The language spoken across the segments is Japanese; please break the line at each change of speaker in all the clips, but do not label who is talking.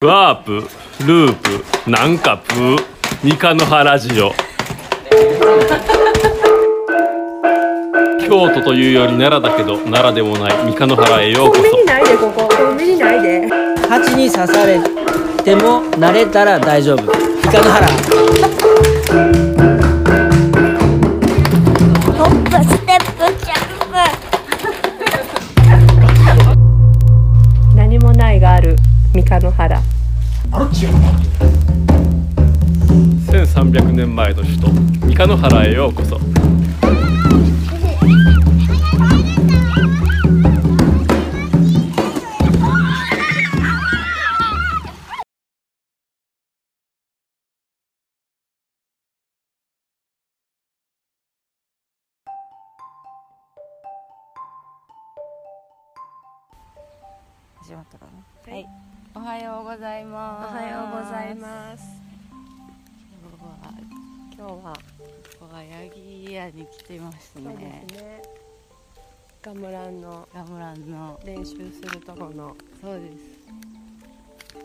ワープループなんかプー三日の原ラジオ京都というより奈良だけど奈良でもない三日の原へようこ
コンビ
そ
ニないでここコンビニないで
蜂に刺されても慣れたら大丈夫イカの腹
ホップステップジャンプ
何もないがある三日の原
1300年前の首都三日の原へようこそ
始まったかな。はい。おはようござい
お
ます。
ます
ここは。
今日は
ここはヤギ屋に来てます
そうです
ね。
ねガムランの
ガムランの。
練習するところの
そうです。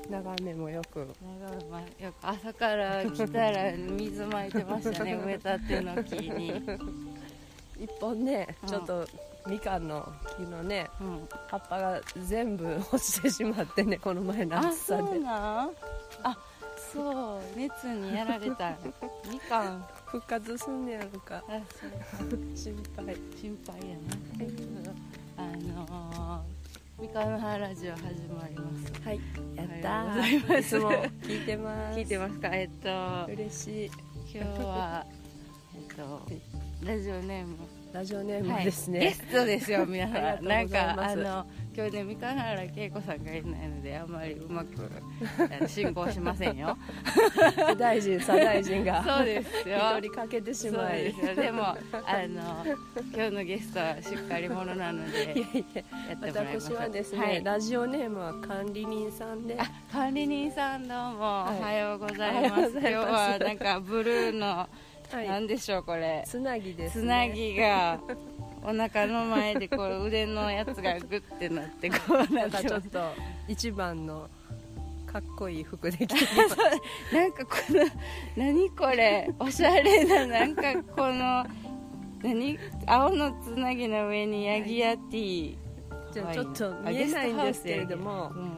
眺めもよく
長いまよく朝から来たら水まいてましたね。植えたての木に。
一本ね
うん
ちょっとみかんの木のね
うん。
葉っぱが全部落ちてしまってねこの前の
あ、
暑
そ
さ
う
で
なん。あ、そう。熱にやられた。みかん。
復活すんねやろか
あ、そう。
心配
心配やな。あのー。みかんの原ラジオ始まります。
はいやった
おはようござ
ー
いま
い
す
つも聞いてます
聞いてますか。えっと。
嬉しい
今日は、えっと、ラジオネーム、
ラジオネー
は
ム
い
ですね、
ゲストですよ皆さ
あ
ん
りがと
なん
うござ
か
いま
あ
す
の今日ね三河原恵子さんがいないのであまりうまくあの進行しませ んよ
大臣左大臣が
そうですよ
一人かけてし
そう
まい
ですよでもあの今日のゲストはしっかり者なので
いやいや
やってもらいま
私はですね、
はい
ラジオネームは管理人さんで
あ管理人さんどうもお
はい
はようございます
お
今
はよ
日
うございます
はなんかブルーの
はい
なんでしょうこれ
つなぎです、ね、
つなぎがお腹の前でこう腕のやつがグッてなってこ うな
な
っ
ん
てま
か
す
ちょっと一番のかっこいい服で着て きました
なんかこの何これおしゃれななんかこの何青のつなぎの上にヤギヤティー
じゃ
可
あ
愛
ちょっと
あ
見えないんですけれども
ゲストハウスヤギ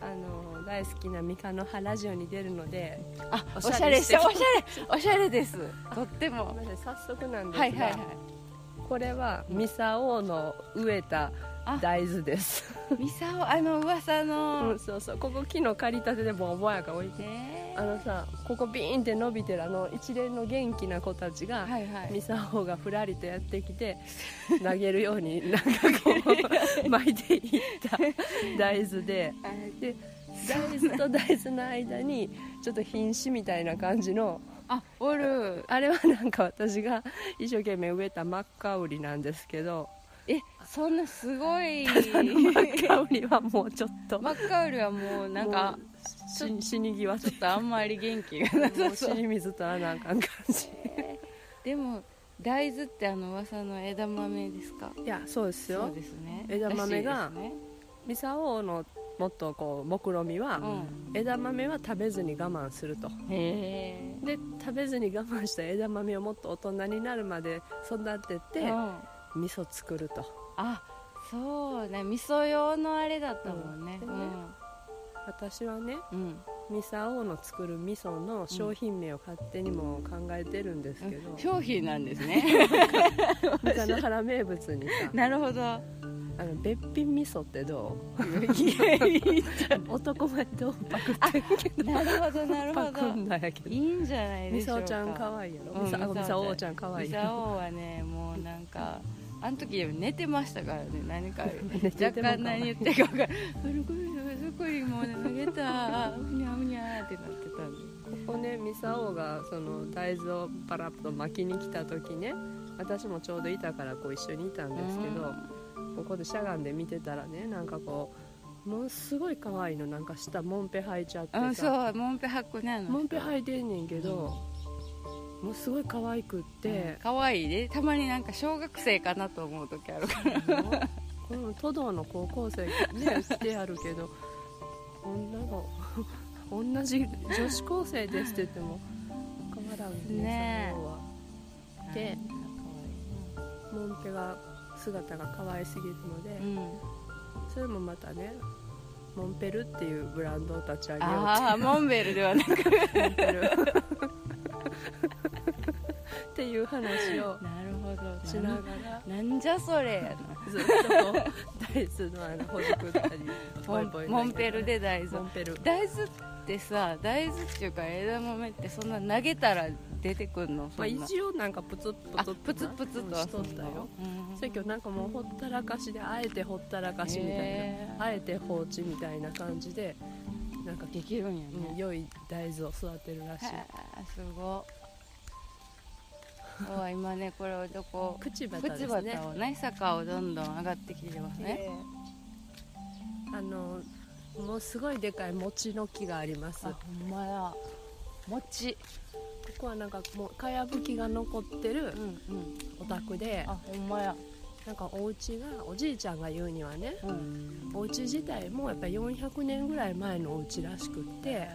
あの大好きな三河の原ラジオに出るので
うんあお
お
し
し
ゃ
ゃ
れ
れ
し
してて
おしゃれおしゃれですとって
ご
も
めんなさい早速なんですが、
はいはいはい
これはミサオの植えた大豆です、
ミサオあの噂
う
の
ん、そうそうここ木の刈りたてでボンボンやから置いて
ね
あのさここビーンって伸びてるあの一連の元気な子たちが、
はいはい
ミサオがふらりとやってき て投げるように なんかこう巻いていった大豆でで大豆と大豆の間にちょっと瀕死みたいな感じの
あおる
あれはなんか私が一生懸命植えた真っ赤ウリなんですけど
えそんなすご い
真っ赤ウリはもうちょっと
マッカウルはもうなんか
もうし死に際
ちょ
と
っとあんまり元気がな
も
さ
う
そ
死
う
に水とあなあかん感じ
でも大豆ってあの噂の枝豆ですか
いやそうです
そ
よ
うですね
枝豆が
らしいですね
ミサオのもっとこう目論みは、
うん
枝豆は食べずに我慢すると
へえ
で食べずに我慢した枝豆をもっと大人になるまで育てて
うん
味噌作ると
あそうね味噌用のあれだったもんねう
うん
ん
私はね
うん
ミサオの作る味噌の商品名を勝手にも考えてるんですけど、
商品なんで すね
三田の原名物にさ
なるほど
あのべっぴん味噌ってどう 男前どうパクってるけど
なるほどな る
パ
ほ
ク
ど
んだやけど
いいんじゃないで
み
し
さ
ょう
お
か
ちゃん可愛いやろ、
うん
みさ
み
みさ
さおちゃん
おちゃん可愛い
ミサオはねもうなんかあの時寝てましたからね何 か
寝て
若
ても
干何言ってるか分からん「あのごめんなさいそこにもう投げたうにゃうにゃ」ってなってたんで
ここねミサオがその大豆をパラッと巻きに来た時ね私もちょうどいたからこう一緒にいたんですけど、ここでしゃがんで見てたらねなんかこうものすごい可愛いのなんか下もんぺ履いちゃって
うん
さ、
そうモンペ箱ねあの
もんぺ履いてんねんけど、もうすごい可愛くって、
可愛いでたまになんか小学生かなと思う時あるから
この都道の高校生ねしてあるけど女の 同じ女子高生ですって言っても変わらんですね
ねえ
その方はでモンペが姿が可愛すぎるので、
うん、
それもまたねモンペルっていうブランドを立ち上げよう
ああモンベルではなく
っていうっていう話を
なるほど
しながら
なんじゃそれや
ずっとこう大豆のあのほじくったり
なモンモンペルで大
モン
豆
ペル
大豆ってさ大豆っていうか枝豆ってそんな投げたら出てくんのそんな、
まあ、一応なんかプツップ
あ
ツッ
プツプツとは
しとったよ、
うん
せやけどなんかもうほったらかしであえてほったらかしみたいな、
へー
あえて放置みたいな感じでなんか、
できるんや
うん、
ね、
良い大豆を育てるらしい
はあすごいそう今ねこれをどこ
くちばたで
口
す
バ
ね
タをね坂をどんどん上がってきてますね、
あのもうすごいでかい餅の木があります
あ
こ
ほんまや餅
こはなんかもうかやぶきが残ってる
うんうん
お宅で
あほんまや
なんかお家がおじいちゃんが言うにはね
うん
お家自体もやっぱり400年ぐらい前のお家らしくって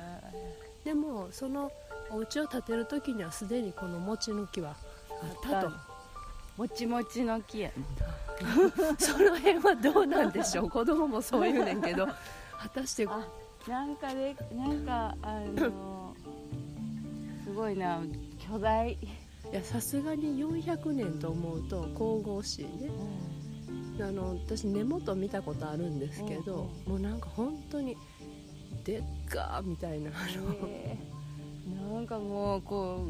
でもそのお家を建てる時にはすでにこの餅の木はあったと
もちもちの木やね
その辺はどうなんでしょう子供もそう言うねんけど果たして
あなんかでなんかあのすごいな巨大
いやさすがに400年と思うと神々しいねあの私根元見たことあるんですけど、もうなんか本当にでっかーみたいなあの
えーなんかもうこ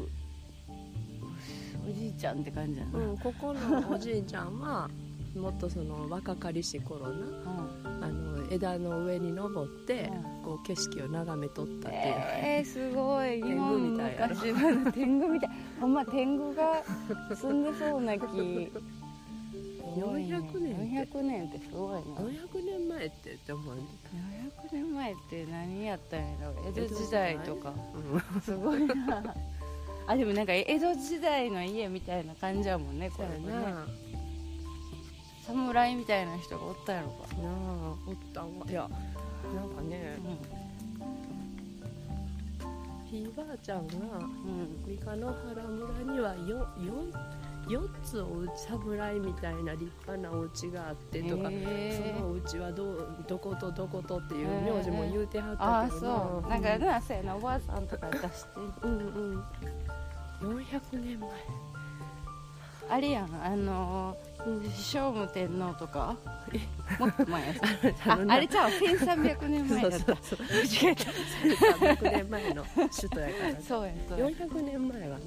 うおじいちゃんって感じだな、
うん、ここのおじいちゃんは もっとその若かりし頃なあの枝の上に登って
う
こう景色を眺めとったっていう、
えー、すごい
天
日
狗
本
みたいやろ
昔の天狗みたいほんま天狗が住んでそうな気
400年って
400年ってすごいな400
400年前ってって思うね、
年前って何やったんやろ江戸時代とか
う
すごいなあでもなんか江戸時代の家みたいな感じやもんねこ
そう
れ
や
も
な
ね
な
侍みたいな人がおったやろか、
あおったんはいやなんかねひいばあちゃんが
うんうん、
三日野原村には 4, 4, つおうち侍みたいな立派なお家があってとか、
へー
そのうちはどうどことどことっていう名字も言うてはっ
ああ
たけ
そ
どな、
うなんかなそうやなおばあさんとか出して
うんうん400年前
あれやんあのー聖武天皇 とかもっと前やあ
のな
あれちゃう1300年前だった
そうそう
間違えた
300年 前の首都やから
そうやそうや
400年前はね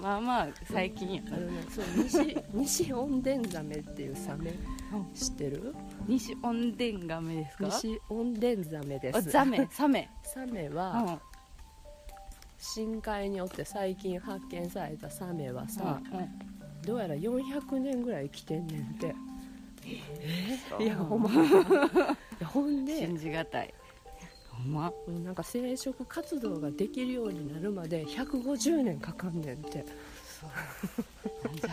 まあまあ最近や
あのねそう西西オンデンザメっていうサメ
うん
知ってる
西オンデンガメですか
西オンデンザメで
お
す
ザ メサメ
サメ
う
は
ん
深海によって最近発見されたサメはさ、
うん
どうやら400年ぐらい生きてんねんって
うん
いやほんまいやほんで
信じがたいほんま
なんか生殖活動ができるようになるまで150年かかんねんって
なんじゃ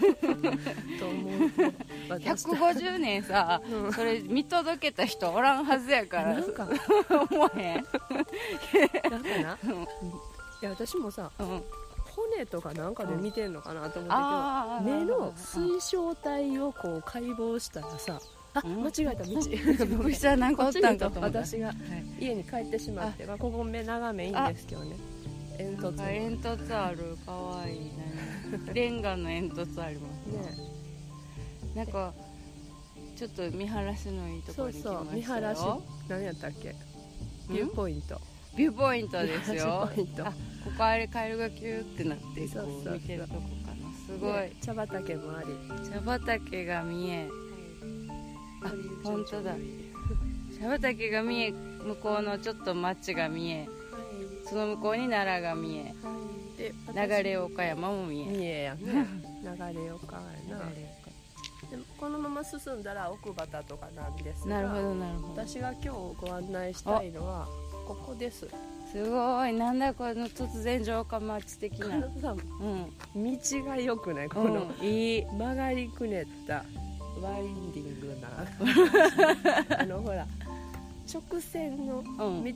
そ
と思う
れ150年さそれ見届けた人おらんはずやか
な
ら
んか
思えへん
なんかな
うん
いや私もさ
うん
骨とかなんかで見てんのかなと思っ
あ
た
ー
けど目の水晶体をこう解剖したらさあ
うん
間違えた道
びっくりしたなんかおったんかと思った
私が家に帰ってしまってまあここ目眺めいいんですけどね煙突
あ煙突あるかわいい なレンガの煙突ありますね
ね
なんかちょっと見晴らしのいいとこ
そ
ろ
う
に来
そう
ま
見
した
晴らし
よ
何やったっけ
ん
ビューポイント
ビューポイントです
見晴
よ
らしポイント
あここあれカエルがキューってなって
そうそう
こ
そう
う見てるとこかなすご
ね茶畑もあり
い茶畑が見えあ本当だ茶畑が見え向こうのちょっと町が見えその向こうに奈良が見え
で
流れ岡山も見え
三重やね流れ岡やな
流れ岡
でもこのまま進んだら奥畑とかなんですが
なるほどなるほど
私が今日ご案内したいのはここです
すごいなんだこの突然城下町的
こ
な
のさ
うん、
道が良くないこの、
うん、いい
曲がり くねったワインディングなあのほら直線の
うん
道に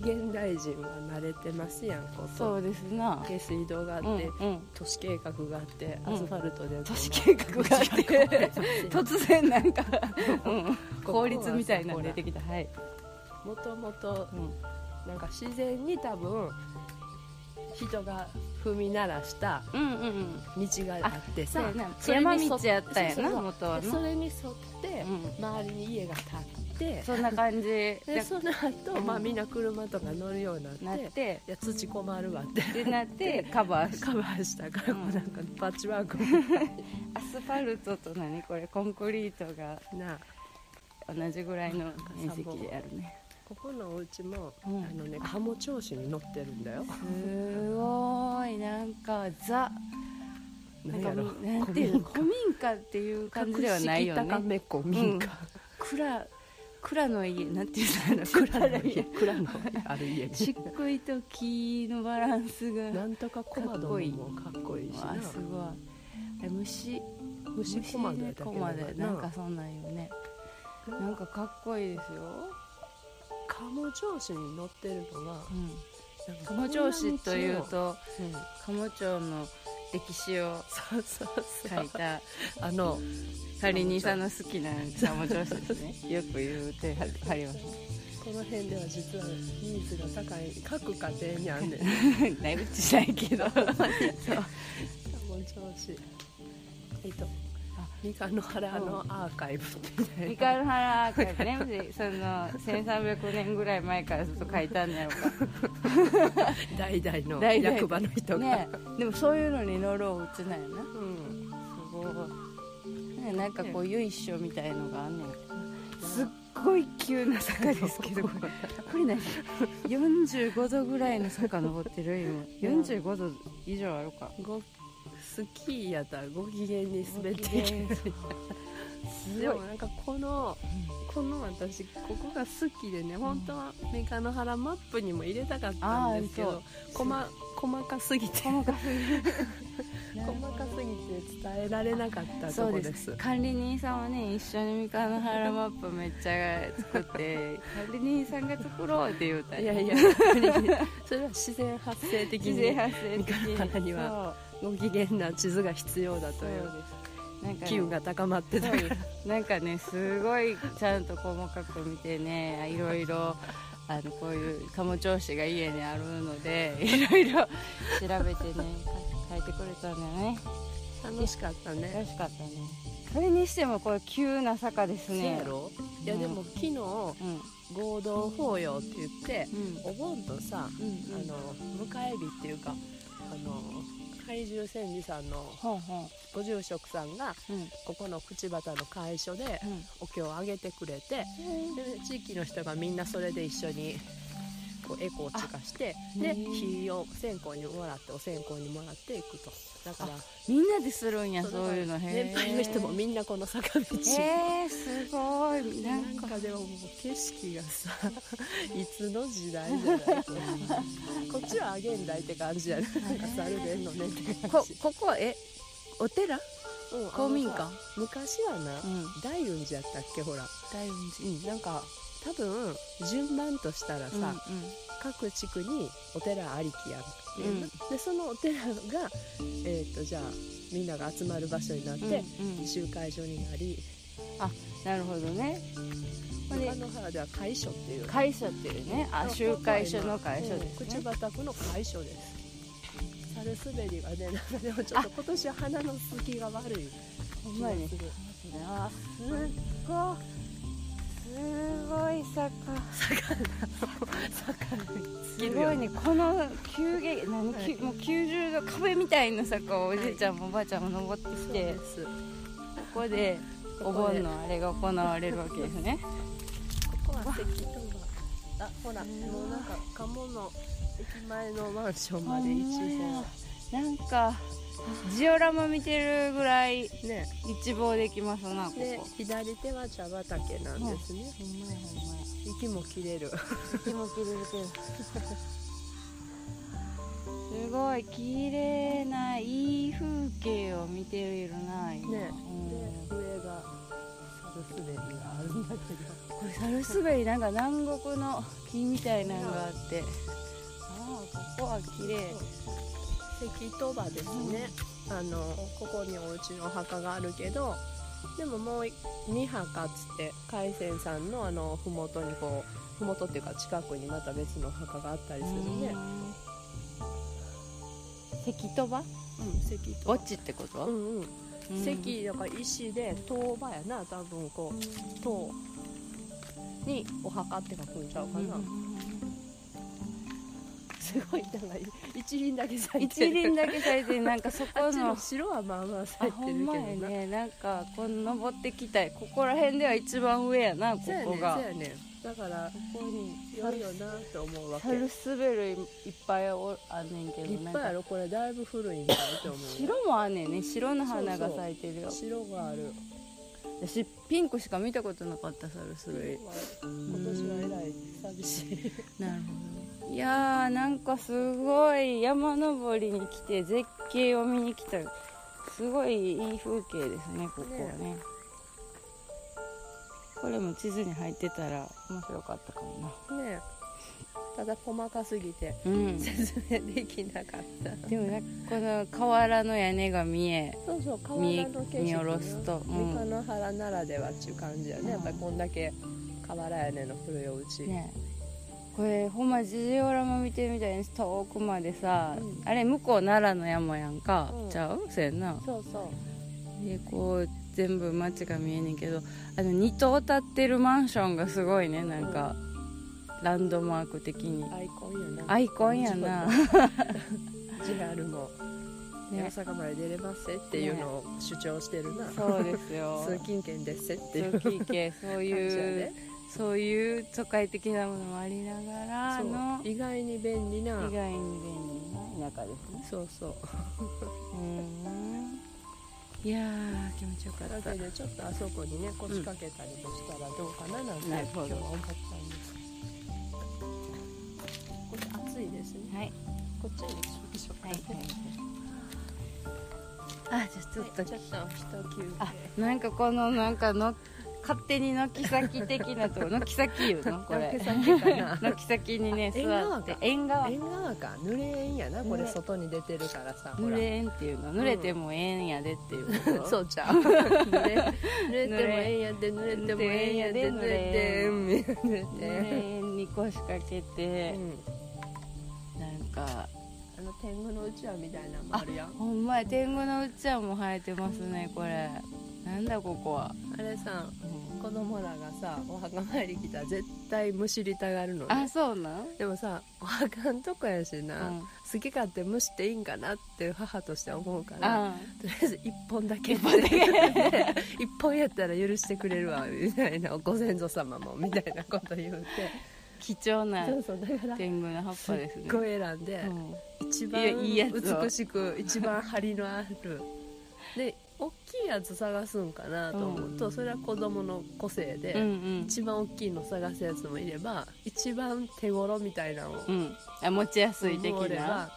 現代人は慣れてますやんこ
そううですな
下水道があって、
うんうん
都市計画があって
うん
アスファルトで、
都市計画があって 突然なんか、うん、
ここは
効率みたいなの出てきたはい、
もともと
うん、
なんか自然に多分人が踏み鳴らした
うんうんうん
道があって
そ
さ
うやな
それに沿
山道やったんやな
そうそうそう
元はな
でそれに沿って
う
周りに家が建って、
そんな感じで
でその後、まあみんな車とか乗るようになって
なって
いや土困るわって
でなってカバーし
カバーしたから、
うん
こうなんかパッチワークみたい
アスファルトと何これコンクリートが
な
同じぐらいの面積であるね
ここのお家も、
うん
あのね鴨調子に乗ってるんだよ
すごいなんかザなんか
やろ
なんていうの古民家っていう感じではないよ
格式高
ね
め古民家、
蔵蔵の家なんていう の
蔵の
家
家蔵のある 家
漆喰と木のバランス
な
が
んとかコマドもかっこいいし
わ
な
あすごいあれ虫
虫コマドやったけど
虫でコマでなんかそんなんよね
な
なんかかっこいいですよ、
鴨調子に乗ってるのが
うん、
なんか
鴨町市とい
こ
う
んな道を
と
うん
鴨町の歴史を
そうそうそ
書
う
いた
あの
ハリ兄さんの好きな鴨町市です ねよく言うてはは ります
この辺では実はニーズが高い各家庭にあんねん
だいぶちないけどそう
鴨調子えっとあ三河の原のアーカイブみたいな
三河原アーカイブねもしその1300年ぐらい前からずっと書いたんやろ うか
代々の
代々
役場の人が、
ねでもそういうのに乗ろううちなんやな
うん、
すごいねなんかこう由緒みたいのがあんねんすっごい急な坂です けどこれこれ何45度ぐらいの坂登ってる今45度以上あるか
ごスキーやったらご機嫌に滑っていける
す
で
ご
も
い
なんかこのこの私ここが好きでね本当は三河の原マップにも入れたかったんですけ
あーそ
ど
う
細細かすぎて細かすぎて 細かすぎて伝えられなかったと
そ
こ
う
で
ですす管理人さんはね一緒に三河の原マップめっちゃ作って 管理人さんが作ろうって言うたん
いやいやそれは自然発生的
自然
に
発生的
三河原にはご機嫌な地図が必要だ
そ
と
う
い
そう
う
ですなんかね
機運が高まってたから
なんかねすごいちゃんと細かく見てねいろいろあのこういう鴨調子が家にあるのでいろいろ調べてね書いてくれたんだよね
楽しかったね
楽しかったねそれにしてもこれ急な坂です
そう
ね
やろいやでも昨日
うん
合同法要って言って
うん
お盆とさ
うん
あの迎え日っていうかあの怪獣千里さんの
ほんほん
ご住職さんが
うん
ここの口端の会所で
うん
お経をあげてくれてで地域の人がみんなそれで一緒にこうエコー地化して
へ
で
ー
火を線香にもらってお線香にもらっていくとだから
みんなでするんや
そ
そういうのへえ
年配の人もみんなこの坂道
えー、すごいな
なんん
か
かでももう景色がさ いつの時代じゃないこっちは現代って感じじゃないなんか猿でんのねって感
こ
じ、
ここえお寺
うん
公民館
あのさ昔はな、
うん
大雲寺やったっけほら
大雲
うんなんか多分順番としたらさ、
寺
各地区にお寺ありきやんっていうな、
うん
でそのお寺がえっ、とじゃあみんなが集まる場所になっ
うん
て、
うんうん
集会所になり
なるほどねほんで
長野原では会所っていう
会所っていうねあ集会所の会所です
うん
ね
口畑区の会所ですサルスベリがねなんかでもちょっと今年は花の隙が悪い
ほんまにあすっごすごい坂すごいねこの急激何きもう90度壁みたいな坂をおじいちゃんもおばあちゃんも登ってきてこ
す
こでお
ここで
盆のあれが行われるわけですね
ここは石灯があほらもうなんか鴨の駅前のマンションまで一望
なんかジオラマ見てるぐらい
ね
一望できますなこ
で
こ
左手は茶畑なんですね
ほんまやほんまや
息も切れる
気も切れるけどすごい綺麗ないい風景を見ているな今
ね
うん
で上がすでにあるんだけど
これサルスベリなんか南国の木みたいなのがあってああここは綺麗
石とばですね、あのここにお家のお墓があるけどでももう2墓っつって海鮮さんのあの麓にこう麓っていうか近くにまた別のお墓があったりするね、
石とば
うん、石と
墓地ってこ
うん
と、
うん
うん
石だから石で塔場やな多分こう塔にお墓って書くんちゃうかな、すごいなんか一輪だけ咲いてる
一輪だけ咲いてなんかそ
あ
こ
っちの
の
白はまあまあ
あ
咲いてる
ほ
け
ん
ど
ま
な
やねなんかこの登ってきたいここら辺では一番上やなこ
そうやね
こが
そうやねだから
ここに
良いよなと思うわけ
サルスベルいっぱいおあんねんけど
立
なんか
派やろこれだいぶ古いんだと思うよ
白もあんねんね白の花が咲いてるよ
白がある
私ピンクしか見たことなかったサルスベリ
今年はえらい寂しい
なるほどいやーなんかすごい山登りに来て絶景を見に来たすごいいい風景ですねここはねこれも地図に入ってたら面白かったかもな
ねただ細かすぎて
うん
説明できなかった
でもなんかこの河原の屋根が見え
そうそう河
見
原
え
の景色
見下ろすと、
三河の原ならではっていう感じやね、
うん
やっぱりこんだけ河原屋根の古いお家、
ねこれほんまジジオラマ見てるみたいに遠くまでさ、
うん
あれ向こう奈良の山やんか、
うん
ちゃうそうやんな
そうそう
でこう全部街が見えんねんけどあの2棟建ってるマンションがすごいねなんか、ランドマーク的に
アイコンやな
アイコンやな
JR も、ね、
ね
大阪まで出れますせっていうのを主張してるな、
そうですよ
通勤券ですせっていう
通勤系そう
感じや
いう
ね
そういう都会的なものもありながらの
そう意外に便利な
意外に便利な田舎ですね
そうそう
うんいやー気持ちよか
だ
った
けどちょっとあそこにね腰掛けたりもしたらどうかななんて
なる
今
ほど
日は思ったんですこれ暑いですね
はい
こっちにしましょうか
はい
ね、
はいあじゃあちょっと、
ちょっと一休憩
あなんかこのなんかの勝手に軒先的なとこ軒先言うのこれ
軒先か な
軒先にね
縁
座
側
って
か
縁側
縁側か濡れ縁やなこれ
ね
外に出てるからさほ
濡
ら
れ縁っていうの濡れてもええんやでっていうこと、
そうちゃう濡れ濡れてもええんやで濡れてもええんやで濡
濡
れ
れ
て
て
うん濡れ
濡れ
て
縁に腰掛けて
う、ん
なんか
あの天狗のうちわみたいなのもあるやん
ほんまや天狗のうっちゃんも生えてますねこれなんだここは、
あれさ
うん
子供らがさお墓参り来たら絶対むしりたがるの
あ
ね
そうなん、
でもさお墓んとこやしな、
うん
好き勝手むしていいんかなって母としては思うから
あ
とりあえず1本だけ 一本やったら許してくれるわみたいなご先祖様もみたいなこと言うて
貴重な
そうそうだから
天狗の葉っ
す
ぱ
っ
ですね
ごい選んで、
うん
一番
いやいいやつを
美しく一番張りのあるで大きいやつ探すんかなと思うと、それは子供の個性で、
うんうん
一番大きいの探すやつもいれば一番手頃みたいなのを
うん、あ持ちやすい的
思うれ
な
ば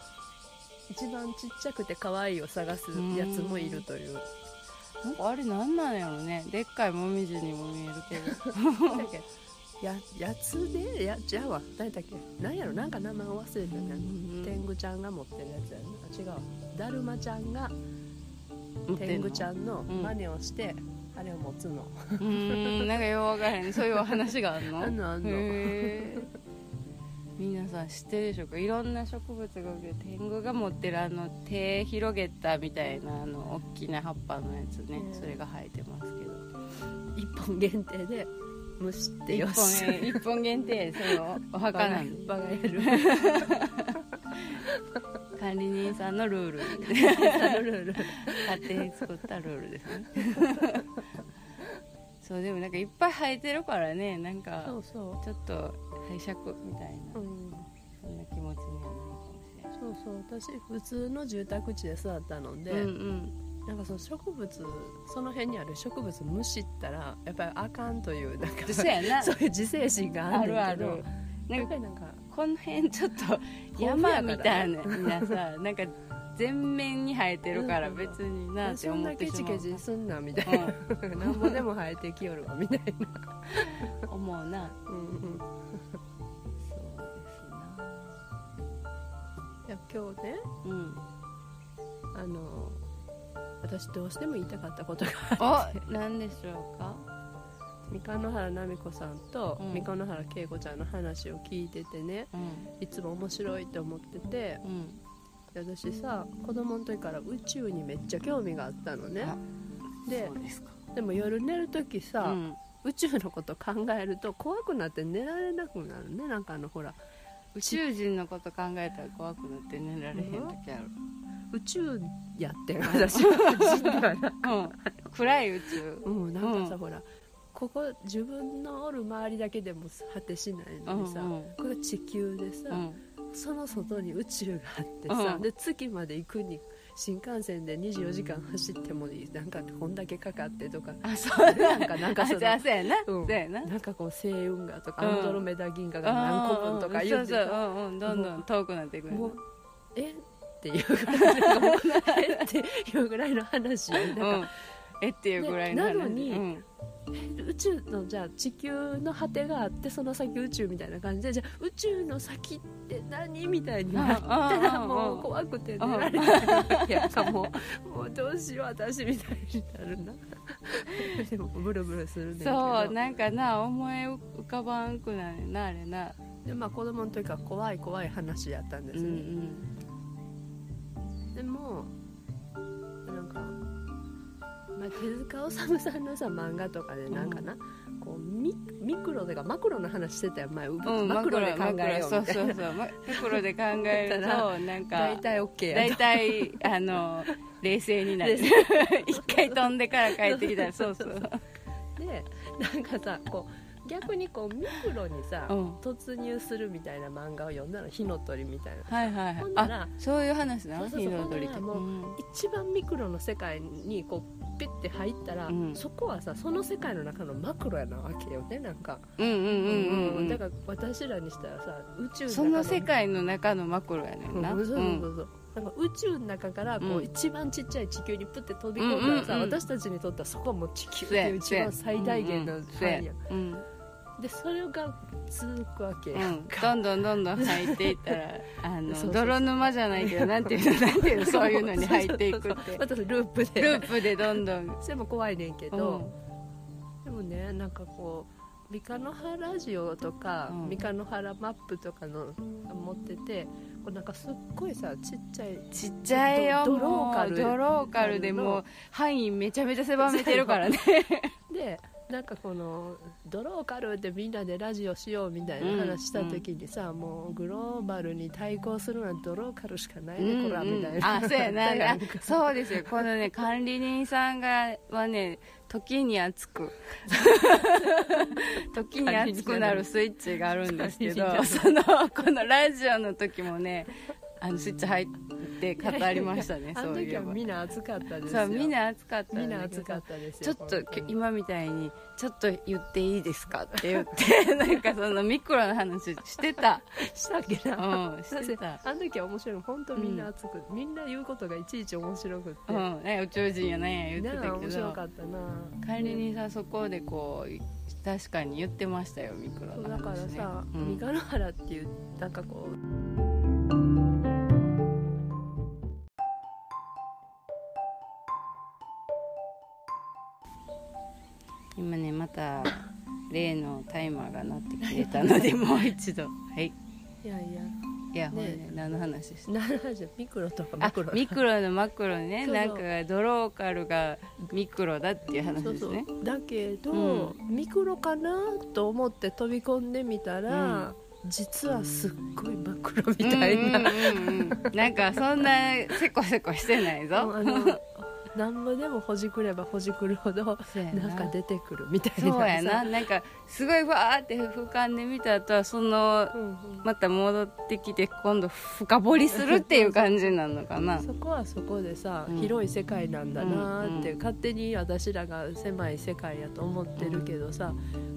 一番ちっちゃくて可愛いを探すやつもいるという
なんかあれなんなんやろねでっかいもみじにも見えるけど
何だっけ ややつでやじゃあわ誰だっけ何やろなんか名前忘れたね、
ん
天狗ちゃんが持ってるやつやなあ違うだるまちゃんが
持っ て
天
んの
狗ちゃんの
うん
真似をして、あれを持つの
うーんなんかよう分からへんそういうお話があん の
あんのあんの
へー皆さん知ってるでしょうかいろんな植物があるけど天狗が持ってるあの手広げたみたいなあの大きな葉っぱのやつね、
うん
それが生えてますけど
一本限定で蒸してよ
一
し
本え一本限定その
バ
お墓
カ
な
なん
で
んバカやる
管理人さん のルール
ル ール
勝手に作ったルールですね そうでもなんかいっぱい生えてるからねなん
そ
か
うそ
ちょっと拝借みたいな、
ううん
そんな気持ちにはなるかもしれない
そうそう私普通の住宅地で育ったので、
うんうん
なんかその植物その辺にある植物無視ったらやっぱりあかんというなんか
そうやな
そういう自制心があ
あ
るん
る
だ
あ
けど
るな
やっぱ
んか
りなんか
この辺ちょっと
豊富やから
山みたいななさなんか全面に生えてるから別になって
そん
思
な
って
ケ
し
チ
まう
ケチすんなみたいななんぼでも生えてきよるわみたいな、
うん思うな
うんうん、
そうですない
や今日ね
うん
あの私どうしても言いたかったことがあって
お何でしょうか
三河野原奈美子さんと
うん
三河野原恵子ちゃんの話を聞いててね
うん
いつも面白いと思ってて
うん
で私さ子供の時から宇宙にめっちゃ興味があったのね
あ
で
そうですか
でも夜寝る時
う
さ、
ん
宇宙のこと考えると怖くなって寝られなくなるねなんかあのほら
宇宙人のこと考えたら怖くなって寝られへん時ある
宇宙や ってん私は実はな
うん暗い宇宙
うんなんかさ、
うん
ほらここ自分のおる周りだけでも果てしないのにさ、
うんうん
これが地球でさ、
うん
その外に宇宙があってさ、
うん
で月まで行くに新幹線で24時間走ってもなんかこんだけかかって とか
あそう
な
なんん
か
か
な
なんん
か
か
そ
そ
の
うやな
うん
そうやな
なんかこう星雲河とか
うん
アンドロメダ銀河が何個分とか言うて
うんう
さ、
んうんどんどん遠くなっていくる
もうえっていうぐらいのえっていうぐらいの話よなんか、
うん、えっていうぐらいの話
でなのに
うん
宇宙のじゃあ地球の果てがあってその先宇宙みたいな感じでじゃあ宇宙の先って何みたいになったら
うん
もう怖くて寝られないわけやんかも うもうどうしよう私みたいになるな でもブルブルするねんけど
そうなんかな思い浮かばんくなるなあれな
でまあ子供の時から怖い怖い話やったんです
うんう
ね、
ん
でもなんか、まあ、手塚治虫さんのさ漫画とかでなんかな、こうミミクロとかマクロの話してたよ前、う
うん
マクロで考えよう
マ
み
ク
た
ロそ
いう
そ
な
うそうマクロで考えるとなん か
大体 OK や
大
と
体あの冷静になる一回飛んでから帰ってきたらそうそう
でなんかさこう逆にこうミクロにさ、
うん
突入するみたいな漫画を読んだの火の鳥みたいな
はいはいはい
ほんなら
あそういう話なの
そうそうそ
火
う
の鳥っ
ほ
て
んならもう
うん
一番ミクロの世界にこうピッて入ったら、
うん
そこはさその世界の中のマクロやなわけよねなんか、
うんうんうんうんう
だ
ん
から私らにしたらさ宇宙
そ
中
の世界の中のマクロやね
うんん
な
そうそうそううそうなんか宇宙の中からこ
う
うん一番ちっちゃい地球にプッて飛び込んだらさ、
うんうんうん
私たちにとってはそこはもう地球っ
そうや
ていう一番最大限の
そう
範
や
囲やん
うん
でそれが続くわけ や
うんん、どんどんどんどん入っていった らあの
そうそう
泥沼じゃないけどなんていうのなんていうのそういうのに入っていく
そうそう
っ
そう
て
またループで
ループでどんどん、
それも怖いねんけ
う
ど、
ん、
でもねなんかこう三河原ラジオとか、
うん
三河原マップとかの持っててこうなんかすっごいさちっちゃい
ちっちゃいよ
ドドロ
も
ーカル
うドローカルでもう範囲めちゃめちゃ狭めてるからね
でなんかこの「ドローカル」でみんなでラジオしようみたいな話した時にさ、もうグローバルに対抗するのはドローカルしかないね、こらみたいな
あそう やな
だ
あ
から
そうですよこのね管理人さんがはね時に熱 く時に熱くなるスイッチがあるんですけど
管理人
そのこのラジオの時もねあのスイッチ入って語りましたね
あ
そ
の
うい
時
え
は
ば
みんな暑かったですよ
そうみんな熱かったんだ
み
け
ん
ど
な暑かったです
ちょ
よ
っと
本当に
今みたいにちょっと言っていいですかって言っ てなんかそのミクロの話してた
したっけな、
うんして
だ
た
ってあの時は面白いの本当みんな熱く、みんな言うことがいちいち面白くって、
うんね宇宙人やね
みん
言っ
な
て
が
たけ
面白か
ど
ったな、
管理人さんそこでこう確かに言ってましたよミクロ
そう
の
だ
話、ね、
からさ、
う
三
ん
河原っていうなんかこう
今ねまた例のタイマーが鳴ってくれたのでもう 一度はい
いやいや
いや、
ね
ほんで何の話でした
なるほどミクロとかマ
あ
クロ
ミクロのマクロね
そうそう
なんかドローカルがミクロだっていう話
そう
で
そ
す
う、
ね
だけど、ミクロかなと思って飛び込んでみたら、実はすっごいマクロみたいな、
うんうんうんうん、なんかそんなせこせこしてない
も う
ぞ
あのなんぼでもほじくればほじくるほど
そうや
なんか出てくるみたいな
そうやな
さ
なんかすごいわーって俯瞰で見た後はその
うんうん
また戻ってきて今度深掘りするっていう感じなのかな
そこはそこでさ、
うん
広い世界なんだなーって、
うんうん
勝手に私らが狭い世界やと思ってるけどさ、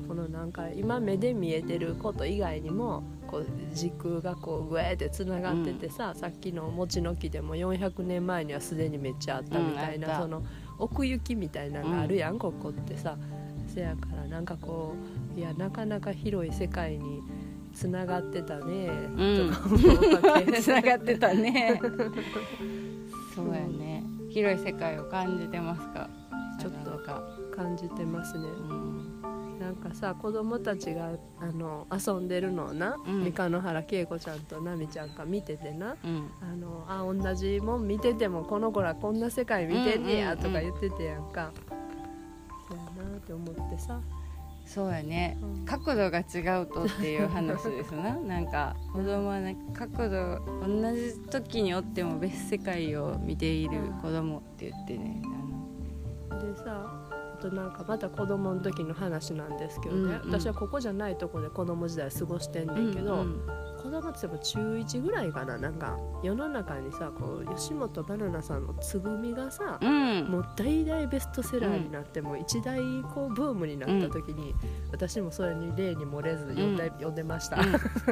このなんか今目で見えてること以外にもこう時空がこうグエーってつながっててさ、さっきの餅の木でも400年前にはすでにめっちゃあったみたい
うん
な、
あった
その奥行きみたいなのがあるやん、ここってさせやからなんかこういやなかなか広い世界につながってたね、
うん
とか思うわ け
つながってた ねそうやね広い世界を感じてますか
ちょっと
なんか、
感じてますね。
うん、
なんかさ子供たちがあの遊んでるのをな、
うん
三河原恵子ちゃんと奈美ちゃんが見ててな
うん
あのあ同じもん見ててもこの子らこんな世界見てんね
う
や
んうんう
と
ん
か言っててやんか、そうやなって思ってさ、
そうやね
うん
角度が違うとっていう話です ななんか子供はね角度同じ時におっても別世界を見ている子供って言ってね
でさあとなんかまた子供の時の話なんですけどね、
うんうん
私はここじゃないとこで子供時代過ごしてん
あ
ね
の
んけど、
うんうん
子供って言っても中1ぐらいかななんか世の中にさこう吉本ばななさんのつぐみがさ、
うん
もう大々ベストセラーになって、もう一大こうブームになった時に、私もそれに例に漏れず読んだ、
うん
読んでました、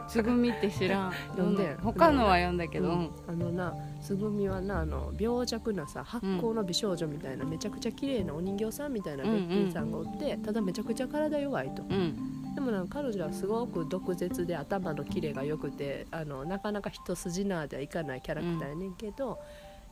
つぐみって知 らん
読んでん
う他のは読んだけど、
うんあのなつぐみはなあの病弱なさ発酵の美少女みたいな、めちゃくちゃ綺麗なお人形さんみたいな
うん
べ
うん
っぴんさんがおって、ただめちゃくちゃ体弱いと
うん
でもなんか彼女はすごく毒舌で頭のキレが良くてあのなかなか一筋縄ではいかないキャラクターやねんけど、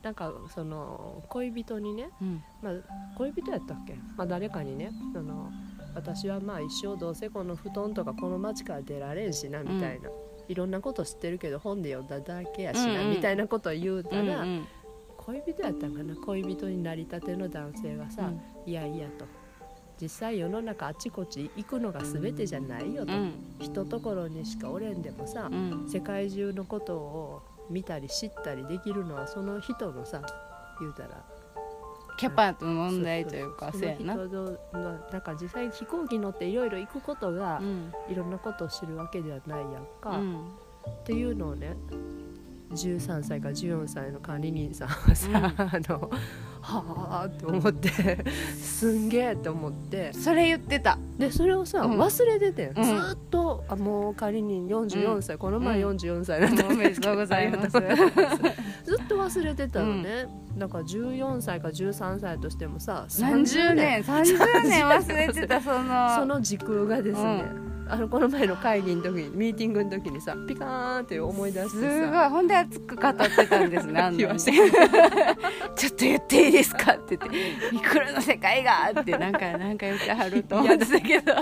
なんかその恋人にね
うん
まあ、恋人やったっけ、まあ、誰かにねその私はまあ一生どうせこの布団とかこの街から出られんしなみたいな、いろんなこと知ってるけど本で読んだだけやしな、
うんうん
みたいなことを言うたら、
うんうん
恋人やったんかな恋人になりたての男性がさ、いやいやと実際世の中あちこち行くのが全てじゃないよと、
うん
ひとところにしかおれんでもさ、
うん
世界中のことを見たり知ったりできるのはその人のさ言うたら
キャパの問題というか
そ
そう
うや
やな
ななんか実際飛行機乗っていろいろ行くことが
うん
いろんなことを知るわけではないやん
う
か、っ
ん
ていうのをね13歳か14歳の管理人さんはさ、
うん
あのはあと思ってすんげえと思って
それ言って た
でそれをさ、
うん
忘れててん、
うん
ずーっとあもう管理人44歳、この前
うん
44歳なんだ、
おめでとうございます
ありがとうございますずっと忘れてたのね、だから14歳か13歳としてもさ
何十年30年 忘れてたその
その時空がですね、
う
あのこの前の会議の時にミーティングの時にさピカーンって思い出して
すご
さ
いほんで熱く語ってたんですねあん
言
な
わ
に
せ
ちょ っと言っていいですかって言って「いくらの世界が!」ってなんかなんか言ってはると思ってたけど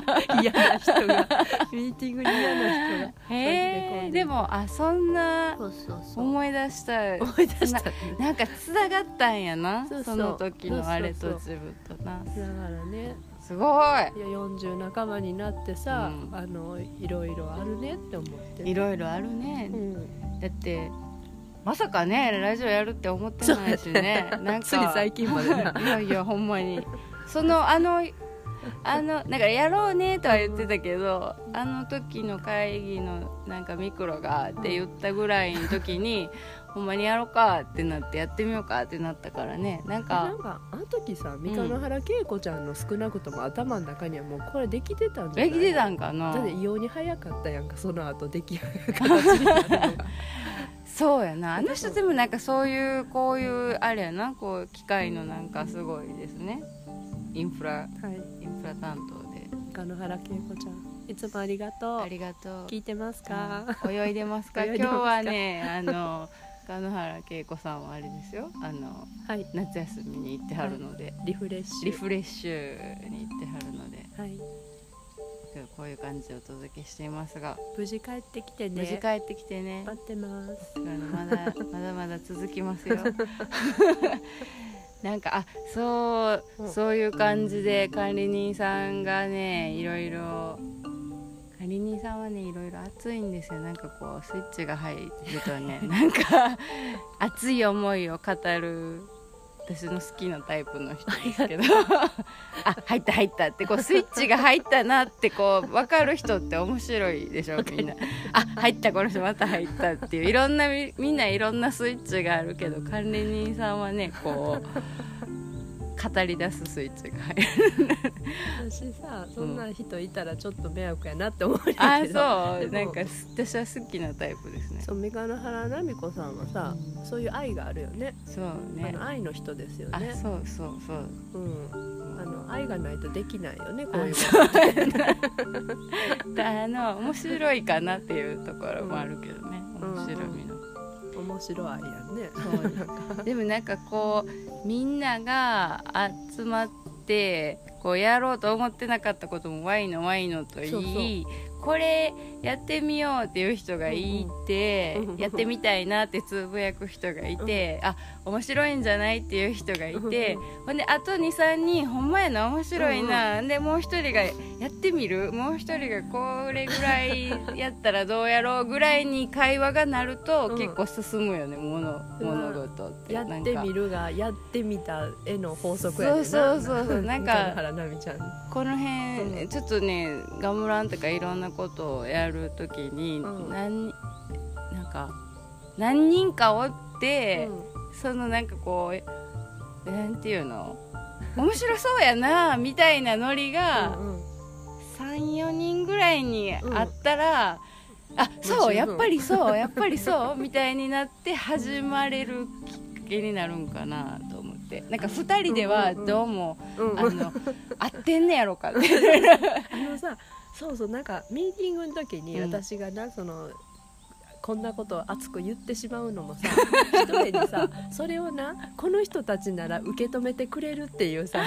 嫌な人が ミーティングに嫌な人が
へえでもあそんな
そうそうそう思
思い出した
い出したね
なんかつながったんやな
そうそう
その時のあれと自分とな
だからね
すご
いや40半ばになってさ、
うん
あのいろいろあるねって思って
いいろいろあるね
うん、
だってまさかねラジオやるって思ってないしねなんか
つい最近までな
いやいやほんまにそのあのあのなんかやろうねとは言ってたけどあの時の会議のなんかミクロがって言ったぐらいの時 にほんまにやろうかってなってやってみようかってなったからねなん
な
か
んかあの時さ三河原恵子ちゃんの少なくとも頭の中にはもうこれできてたんじゃな
で
い
きてたんかな
だって異様に早かったやんかその後できる 形になるのが
そうやなあの人でもなんかそういうこういうあれやなこう機械のなんかすごいですねインフラ
はい、
インフラ担当で
鹿野原恵子ちゃん、いつもありがとう。
ありがとう
聞いてますか？
泳いでますか
泳
今
いで
日
ますか
はねあの 鹿野原恵子さんはあれですよあの
はい、
夏休みに行ってはるので、
リフレッシュ。
リフレッシュに行ってはるので
はい、
今日こういう感じでお届けしていますが、
無事帰ってきてね。
無事帰ってきてね
待ってます。
あのまだまだまだ続きま すよなんかあそう、
うん
そういう感じで管理人さんがねいろいろ管理人さんはねいろいろ熱いんですよなんかこうスイッチが入ると ねなんか熱い思いを語る私の好きなタイプの人ですけど あ入った入ったってこうスイッチが入ったなってこう分かる人って面白いでしょみんなあ入ったこの人また入ったっていういろんなみみんないろんなスイッチがあるけど管理人さんはねこう語り出すスイッチが入る
私さそんな人いたらちょっと迷惑やなって思うん
あ
やけど、
あそ
で
う
も
なんかす私は好きなタイプですね
そう三河原奈美子さんはさそういう愛があるよね
そうね
あの愛の人ですよ
あ
ね
そうそうそう
うん、あの愛がないとできないよねこういうこ
であの面白いかなっていうところもあるけど
う
ね、
ん
面白みの、
と面白い愛やんね
そうでもなんかこうみんなが集まってこうやろうと思ってなかったこともワイのワイのと言い
そう
これやってみようっていう人がいて、
うんうん
やってみたいなってつぶやく人がいて、あ面白いんじゃないっていう人がいて、ほんであと23人ほんまやな面白いな、でもう一人がやってみるもう一人がこれぐらいやったらどうやろうぐらいに会話がなると
うん
結構進むよね、もの物事って
やって
なん
み
か
るがやってみた絵の法則やねんな
そうそうそうそうなんか
三河原奈美ちゃん
この辺、
うん
ちょっとねガムランとかいろんなことをやるときに、
うん
何なんか何人かおって、
うん
そのなんかこうなんていうの面白そうやなみたいなノリが
うんうん
34人ぐらいにあったら、あ
もう十
そう
分
やっぱ りそうやっぱりそうみたいになって始まれるきっかけになるんかなと思ってなんか2人で
うん
は
うんうん
どうも、
うん
あの合ってんねやろかって
あのさそうそうなんかミーティングの時に
うん
私がな、そのこんなことを熱く言ってしまうのも さ一重にさそれをなこの人たちなら受け止めてくれるっていうさ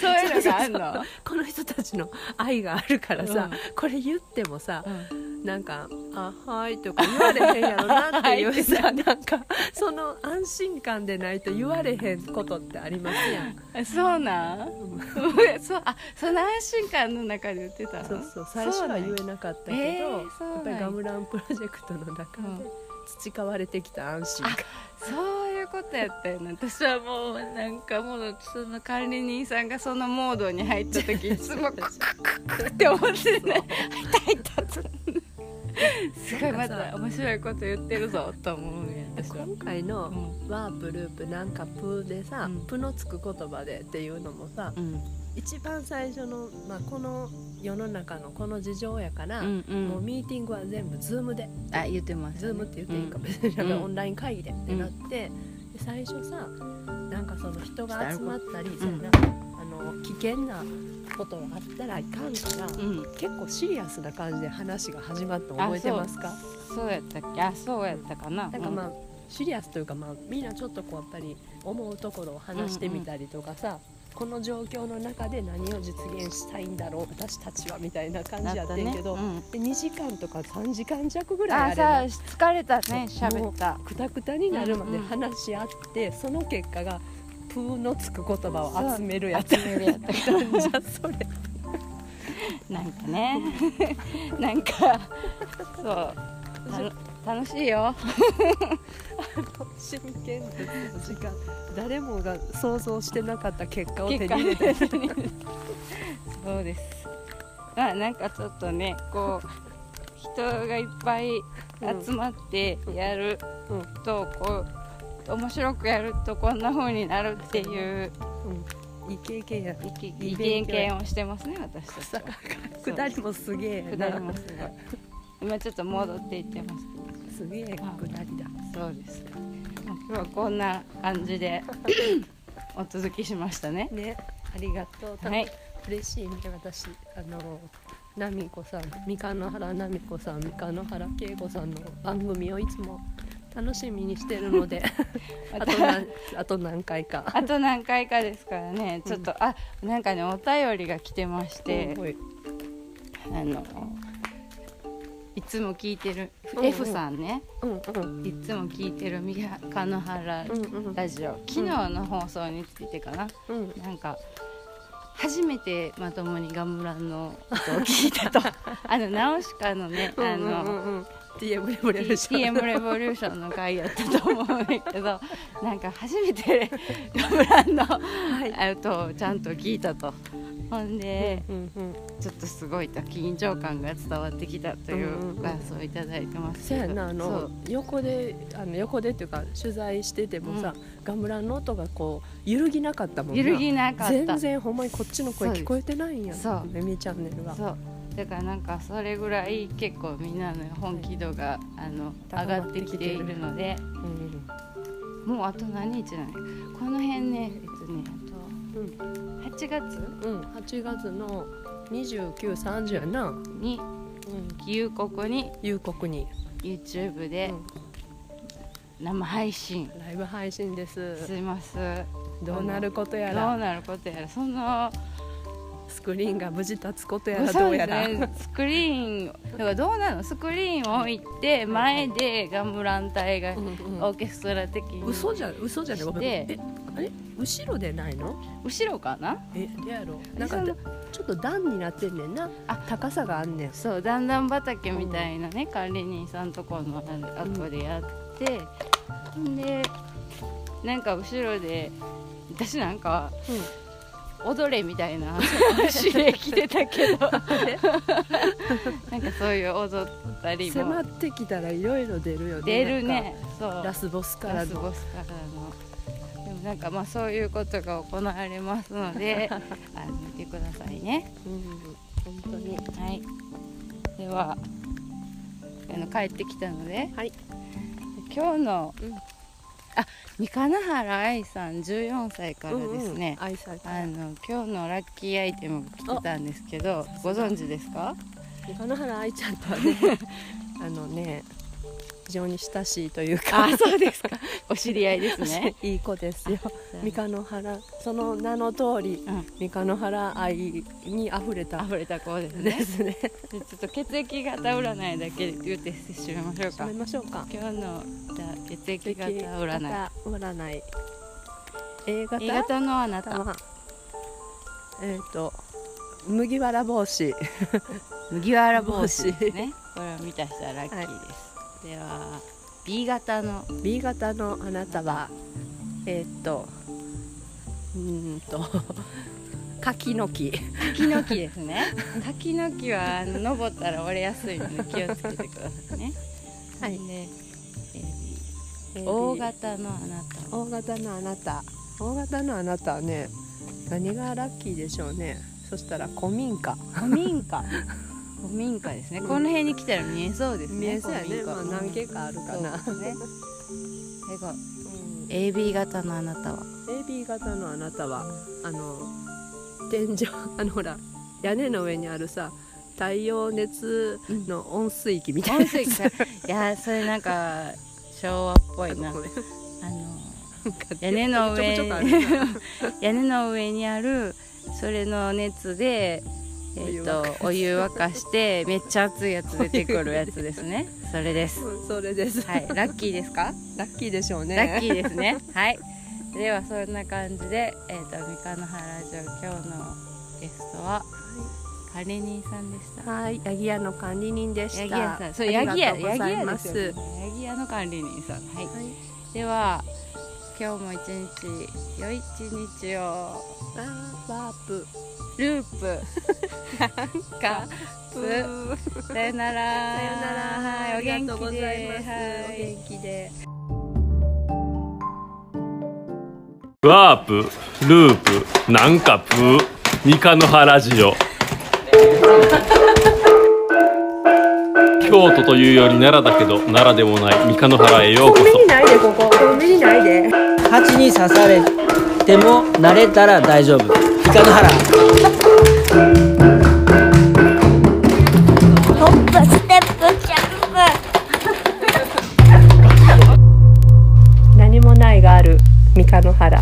そういうの があんの。
この人たちの愛があるからさ、
う
これ言ってもさ
うん
なんか「あはい」とか言われへんやろなってい
はいうって
さなんかその安心感でないと言われへんことってありますやん
そうなん。そう、あ、その安心感の中で言ってたの。
そうそう最初は言えなかったけど、
えーそう
やっ
なんや
ぱりガムランプロジェクトの中
うん
で培われてきた安心感
そういうことやったよね。私はもう、なんかもう、その管理人さんがそのモードに入った時、いつもクククククって思ってね。入った入ったと。すごい、また面白いこと言ってるぞと思うね。私は。
今回
う
の「
ん
ワープループなんかプー」でさ、
うん
プのつく言葉でっていうのもさ
うん。
一番最初の、まあ、この世の中のこの事情やから、
うんうん
もうミーティングは全部ズームで
あ、言ってます、
ズームって言っていいかもしれ ないから、オンライン会議でってなって、で最初さなんかその人が集まったり、そんなあの危険なことがあったらいかんから、
うん。うん。
結構シリアスな感じで話が始まったの覚えてますか
そうやったっけ。あ、そうやったかな。
なんかまあ、シリアスというか、まあ、みんなちょっとこうやっぱり思うところを話してみたりとかさ、この状況の中で何を実現したいんだろう私たちはみたいな感じやってんけど、
なったねうん
で2時間とか3時間弱ぐらい
あ
あれ
さ
ば
あ疲れたね喋った
くたくたになるま
うんう
で
ん
話し合って、その結果がプーのつく言葉を集めるやつ
集めるやつ
じゃあそれ
なんかね なんかそうた楽しいよ
真剣で時間誰もが想像してなかった結果を手に入れた
そうですまあなんかちょっとねこう人がいっぱい集まってやる
うんうん
と、こう面白くやるとこんな風になるっていう
いい経験や
意見
いい
意
勉
見
強や
をしてますね私たちはそう
下りもすげえ
下
な
りもすごい今ちょっと戻っていってますけ
す
ど
げえ下りだ
そうです。まあ今日はこんな感 じでお届けしましたね。
ねありがとう、
はい、
嬉しいね私あの奈美子さん三河原奈美子さん三河原恵子さんの番組をいつも楽しみにしてるの であと何あと何回か
あと何回かですからね。ちょっと、あなんかねお便りが来てまして、
うん
あのいつも聞いてる、
うん
F さんね。
うん
いつも聞いてる三河の原
うんうん
ラジオ。昨日の放送についてかな。
うん
なんか初めてまともにガムランのことを聞い たとあのナオシカのねあの、
うんうんうん TM レボレルション
TM レボリューションの回やったと思うんや けどなんか初めてガムランの、えっとちゃんと聞いたとほんで
うんうん
ちょっとすごいと緊張感が伝わってきたという感想をいただいてます
そう
けど
やんなあ
そ
の
う
横であの横でっていうか取材しててもさ、ガムランの音がこう揺るぎなかったもんな
揺るぎなかった
全然ほんまにこっちの声
そうです
聞こえてないんや
そう
メミチャンネルは
そうだからなんかそれぐらい結構みんなの本気度が、あの
高
上
ま
が
っ
ってて
き
き
て
て
る
いるので
うん
もうあと何日なのこの辺ねえっとねあと、8月
うん、8月の2930やな、うん、
に夕刻に
夕刻に、
YouTube
う
で
ん
生配信
ライブ配信です
します、
どうなることや
どう
ら
なることやらその
スクリーンが無事立つことやら
そ
ど
う
う
で
や
す
ら、
ねスクリーンだからどうなのスクリーンを置いて前でガムラン隊が
うんうん
オーケストラ的に
嘘じゃ嘘じゃねごめん
して
ええ後ろでないの
後ろかな
えどうやろうなんか
その
ちょっと段になってんねんな
あ
高さがあんねん
そう段々畑みたいなね、管理人さんとこのあのあっこでやって、ん、でなんか後ろで私なんか、踊れみたいな指令来てたけどなんかそういう踊ったり
迫
も
ってきたらいろいろ出るよね
出るねそう
なんかラスボスか
ラ
ら
ス
の
ボスからのでもなんかまあそういうことが行われますのであの見てくださいね。
うん本当に
はい。では、あの帰ってきたので、
はい
今日の、
うん
あ、三金原愛さん14歳からですね、
愛され
あの今日のラッキーアイテムが来てたんですけど、ご存知ですか？
金原愛ちゃんとは ねあのね非常に親しいというか
あ、そうで すか。 お知り合いですね。
いい子ですよ三日の原その名の通り
うん、
三日の原愛にあふれた
溢れた 子です
で
ね。
すね
でちょっと血液型占いだけ言ってしましょう
や
か
め。ましょうか
今日のじゃあ血液型占い。
血液型占い A 型
A 型のあなた、
頭えっ、と麦わら帽子
麦わら帽子ですね。これを見た人はラッキーです。では B 型の
B 型のあなたはえーっとうーんと柿の木
柿の木ですね。 柿の木はあの登ったら折れやすいので気をつけてくださいね。
はい
で O 型のあなたは
O 型のあなた O 型のあなたはね何がラッキーでしょうねそしたら古民家
古民家。古民家ですね。この辺に来たら見えそうですね。古民家
かある
そうですね。 最後 AB 型のあなたは
AB 型のあなたはあの天井あのほら屋根の上にあるさ太陽熱の温水器みたいな
温
やつ
水さんいやそれなんか昭和っぽいなあ
ご
の
めん
屋根の上
ちょこちょこあるな
屋根の上にあるそれの熱でえ
お湯
ー
沸
とお湯沸かしてめっちゃ熱いやつ出てくるやつです ねそれです
うん それです、
はいラッキーですか
ラッキーでしょうね
ラッキーですねはいではそんな感じでえっ、と三河の原城今日のゲストはカレニーさんでした
はい、ヤギ屋の管理人でした。
ヤギ屋さん、そう
あ
ヤギ
り
屋
がとうございま
ヤギ屋ですす。よねヤギ屋の管理人さん。はい。では今日も一日良い一日を
ワーワープ。
ループかプさよなら。
さよなら
はい、お
あり
元
がとうご
気
ざい
で
ます
は
お
い
元気で。
ワープループなんかプー三日の原ジオ京都というより奈良だけど奈良でもない三日の原へようこそ
ないで、ここ、コンビニないで。
蜂に刺されても慣れたら大丈夫三日の原
ホップステップジャンプ
何もないがある。三日の原。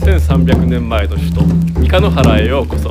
1300年前の首都三日の原へようこそ